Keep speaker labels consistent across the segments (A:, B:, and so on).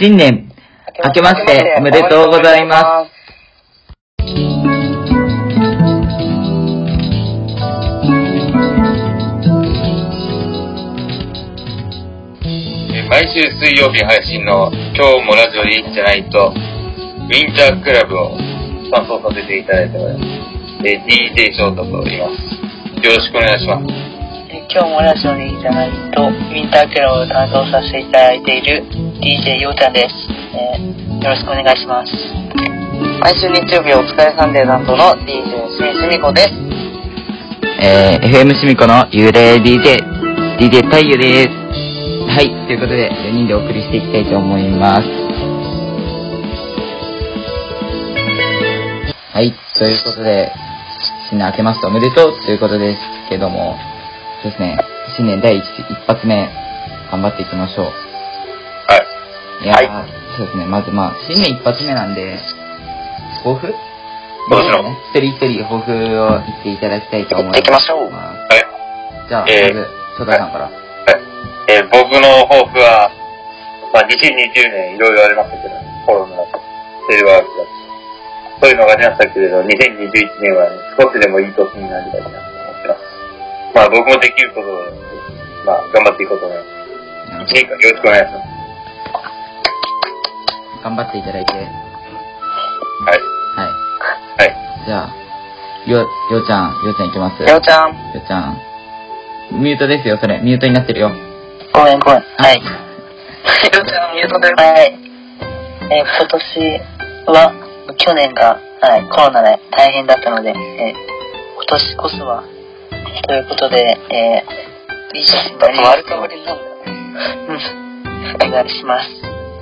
A: 新年、明けましておめでとうございます。
B: えー毎週水曜日配信の「今日もラジオでいいんじゃないと」ウィンタークラブを担当させていただいております、えー DJ 翔太と言いますよろしくお願いします
C: 今日もラジオにいただいと、ウィンタークラブを担当させていただいている DJ ようちゃんです、えーよろしくお願いします。毎週日曜日お疲れサンデー担当の DJ すみすみこです。
A: えー FM シミコの幽霊 DJ、DJ 太陽です。はい、ということで、4人でお送りしていきたいと思います。はい、ということで、新年明けましておめでとうということですけども、そうですね、新年第一一発目、頑張っていきましょう。
B: はい
A: いや、
B: はい
A: そうですね、まずまあ、新年一発目なんで、抱負
B: もちろん
A: 一人一人抱負を言っていただきたいと思いま
C: 言ってい
A: す。
C: きましょう
A: は
B: はい
A: いじゃあ、
B: えー
A: まず、翔太さんから。
B: えー僕の抱負は、まあ、2020年いろいろありましたけど、コロナだと、テレワークだと、そういうのがありましたけれど、2021年は、ね、少しでもいい年になりたいなと思ってます。まあ僕もできることをやって、まあ頑張っていこうと思います。1年間よろしくお願いします。
A: 頑張っていただいて。はい。
B: はい。はい。
A: じゃあ、よ、ようちゃん、ようちゃんいきます。よ
C: ようちゃん、
A: うちゃん。ミュートですよ、それ。ミュートになってるよ。
C: ごめんごめん。はい。ようちゃん、ミュートで。はい。えー今年は、去年が、はい、コロナで大変だったので、えー今年こそは、ということで、えー、いい写真だ
D: 丸かぶりなんだね。
C: うんお願いします。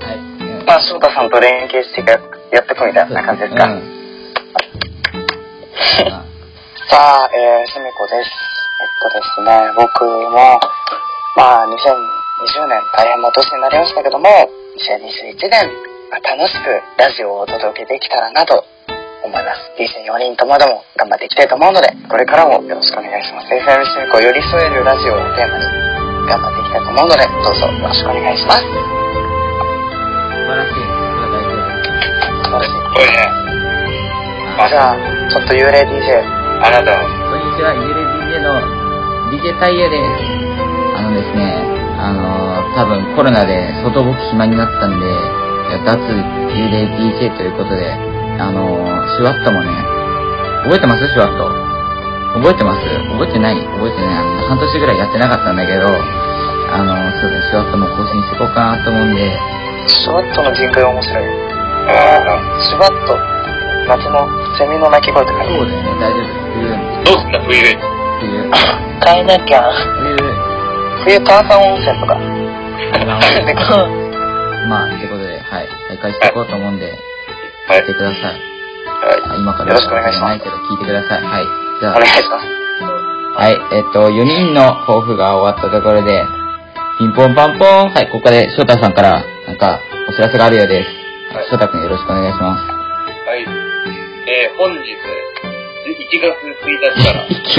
A: はい。うん
D: まあ、翔太さんと連携してややってくみたいな感じですか。
A: うん。
D: さあ、えー、しみこです。えっとですね、僕も、まあ、2020年大変な年になりましたけども、2021年、まあ、楽しくラジオをお届けできたらなと思います。DJ4 人ともども頑張っていきたいと思うので、これからもよろしくお願いします。FM しみこ寄り添えるラジオをテーマに頑張っていきたいと思うので、どうぞよろしくお願いします。
A: 素晴らしい。これは大丈
D: 素晴らしい。
B: これね、
A: 夫。
B: あ
D: じゃあ、ちょっと幽霊 DJ、
B: あなたの、
A: こんにちは、ゆる DJ の DJ タイヤです。あのですね、あのー、多分コロナで外僕暇になったんで、脱幽霊 DJ ということで、あのー、シュワットもね、覚えてますシュワット。覚えてます覚えてない覚えてない。半年ぐらいやってなかったんだけど、あのー、そうですね、シュワットも更新していこうかなと思うんで、
D: シュワットの人が面白い。
B: あ
D: シュワット、夏のセミの鳴き声とか
A: そ
D: ね。
A: うですね、大丈夫です。
B: ーどうすんだ、冬。
A: 冬、冬、
C: 変えなきゃ。
A: 冬、
D: 冬炭酸温泉とか。で
A: まあ、ということで、はい、再開していこうと思うんで、
B: はい
A: 聞いてください。
B: は
A: あ今から
D: よろしくお願いします
A: ないけど聞いてください。はい。じゃ
D: お
A: あ
D: 願い、します。
A: はい、えっと、4人の抱負が終わったところで、ピンポンパンポン。はい、ここで翔太さんから、なんか、お知らせがあるようです。
B: は
A: はいい、翔太くんよろしくお願いしま
B: い。はい。えー、本日、
A: す。息やるんです。
B: 1月1日から、セ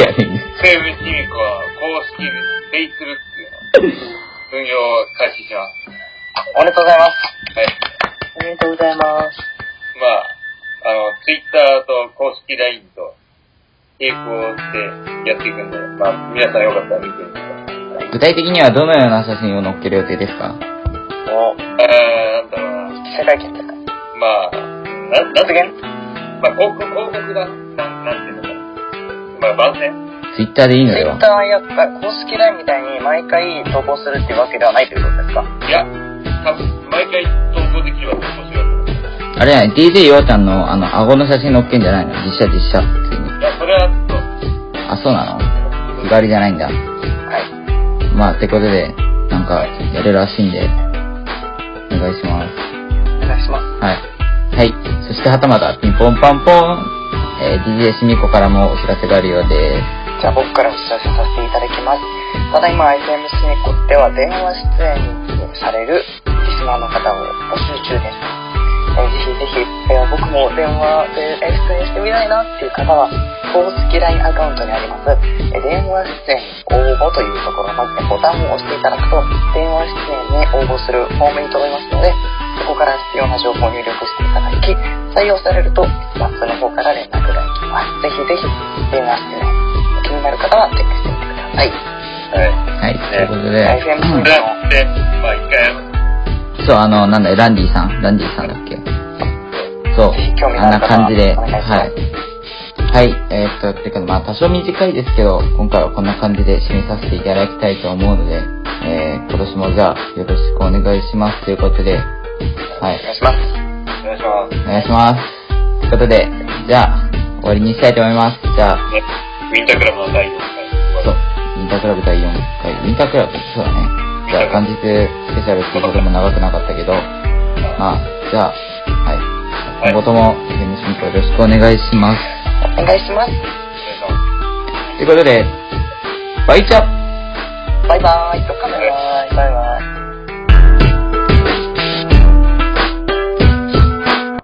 B: ーブシミコは公式 Facebook の運用を開始します。
D: おめでとうございます。
B: はい。
C: おめでとうございます。
B: まあ、あの、Twitter と公式 LINE と並行してやっていくんで、まあ、皆さんよかったら見てみてください。
A: 具体的にはどのような写真を載っける予定ですか
D: お
B: えー、なんだろうな。
D: 世界圏とか。
B: まあ、な、なんて言うかまあ、広告、広告だ。なん、なんていうのかな。まあ、番宣
A: ツイッターでいいの
D: ツイ
A: よ
D: ッ。ターやった公式 LINE みたいに毎回投稿するっていうわけではないということですか
B: いや、多分、毎回投稿できれば面白いと思う。
A: あれやね、DJ ようちゃんの、あの、顎の写真載っけんじゃないの実写実写普通に。
B: いや、それはちょっと、
A: あ、そうなの日替わりじゃないんだ。
D: はい。
A: まあ、てことで、なんか、やるらしいんで、お願いします。
D: お願いします。
A: はい。はい。そしてはたまた、ピンポンパンポン。えー DJ しみこからもお知らせがあるようです。
D: じゃあ僕からお知らせさせていただきます。ただいま IFM シネコでは電話出演をされるリスナーの方を募集中です。えーぜひぜひ、えー僕も電話でえー出演してみたいなっていう方は、公式 LINE アカウントにあります、えー電話出演応募というところ、まずね、ボタンを押していただくと、電話出演に応募するフォームに飛びますので、そここから必要な情報を入力していただき、採用されると、マップの方から連絡が行きます。ぜひぜひ、電話して、気になる方はチェックしてみてください。
B: はい。
A: はい、ということで、
D: FM
B: ブラックで、まあ一回やる。
A: そう、あの、なんだ、ランディさん、ランディさんだっけそう、
D: 興味
A: あ
D: の
A: んな
D: ある方は
A: 感じで、
D: お
A: は
D: 願い
A: い
D: します。
A: はい、えーっと、てか、まあ、多少短いですけど、今回はこんな感じで締めさせていただきたいと思うので、えー、今年もじゃあ、よろしくお願いしますということで、はい
D: お、願いします。
B: お願いしま
A: お願いします。ということで、じゃあ、終わりにしたいと思います。じゃあ、
B: す。ね、ウィンタークラブの第4回。
A: そう、ウィンタークラブ第4回、ウィンタークラブ、そうだね。じゃあ、元日スペシャルってことも長くなかったけど、まあ、じゃあ、はい。今
B: はい
A: 後とも、ゲーム進行よろしくお願いします。
D: お願いします。
B: お願いします。
A: ということで、バイチャ
D: バイバイ。どっかバイバイ。バイバイ。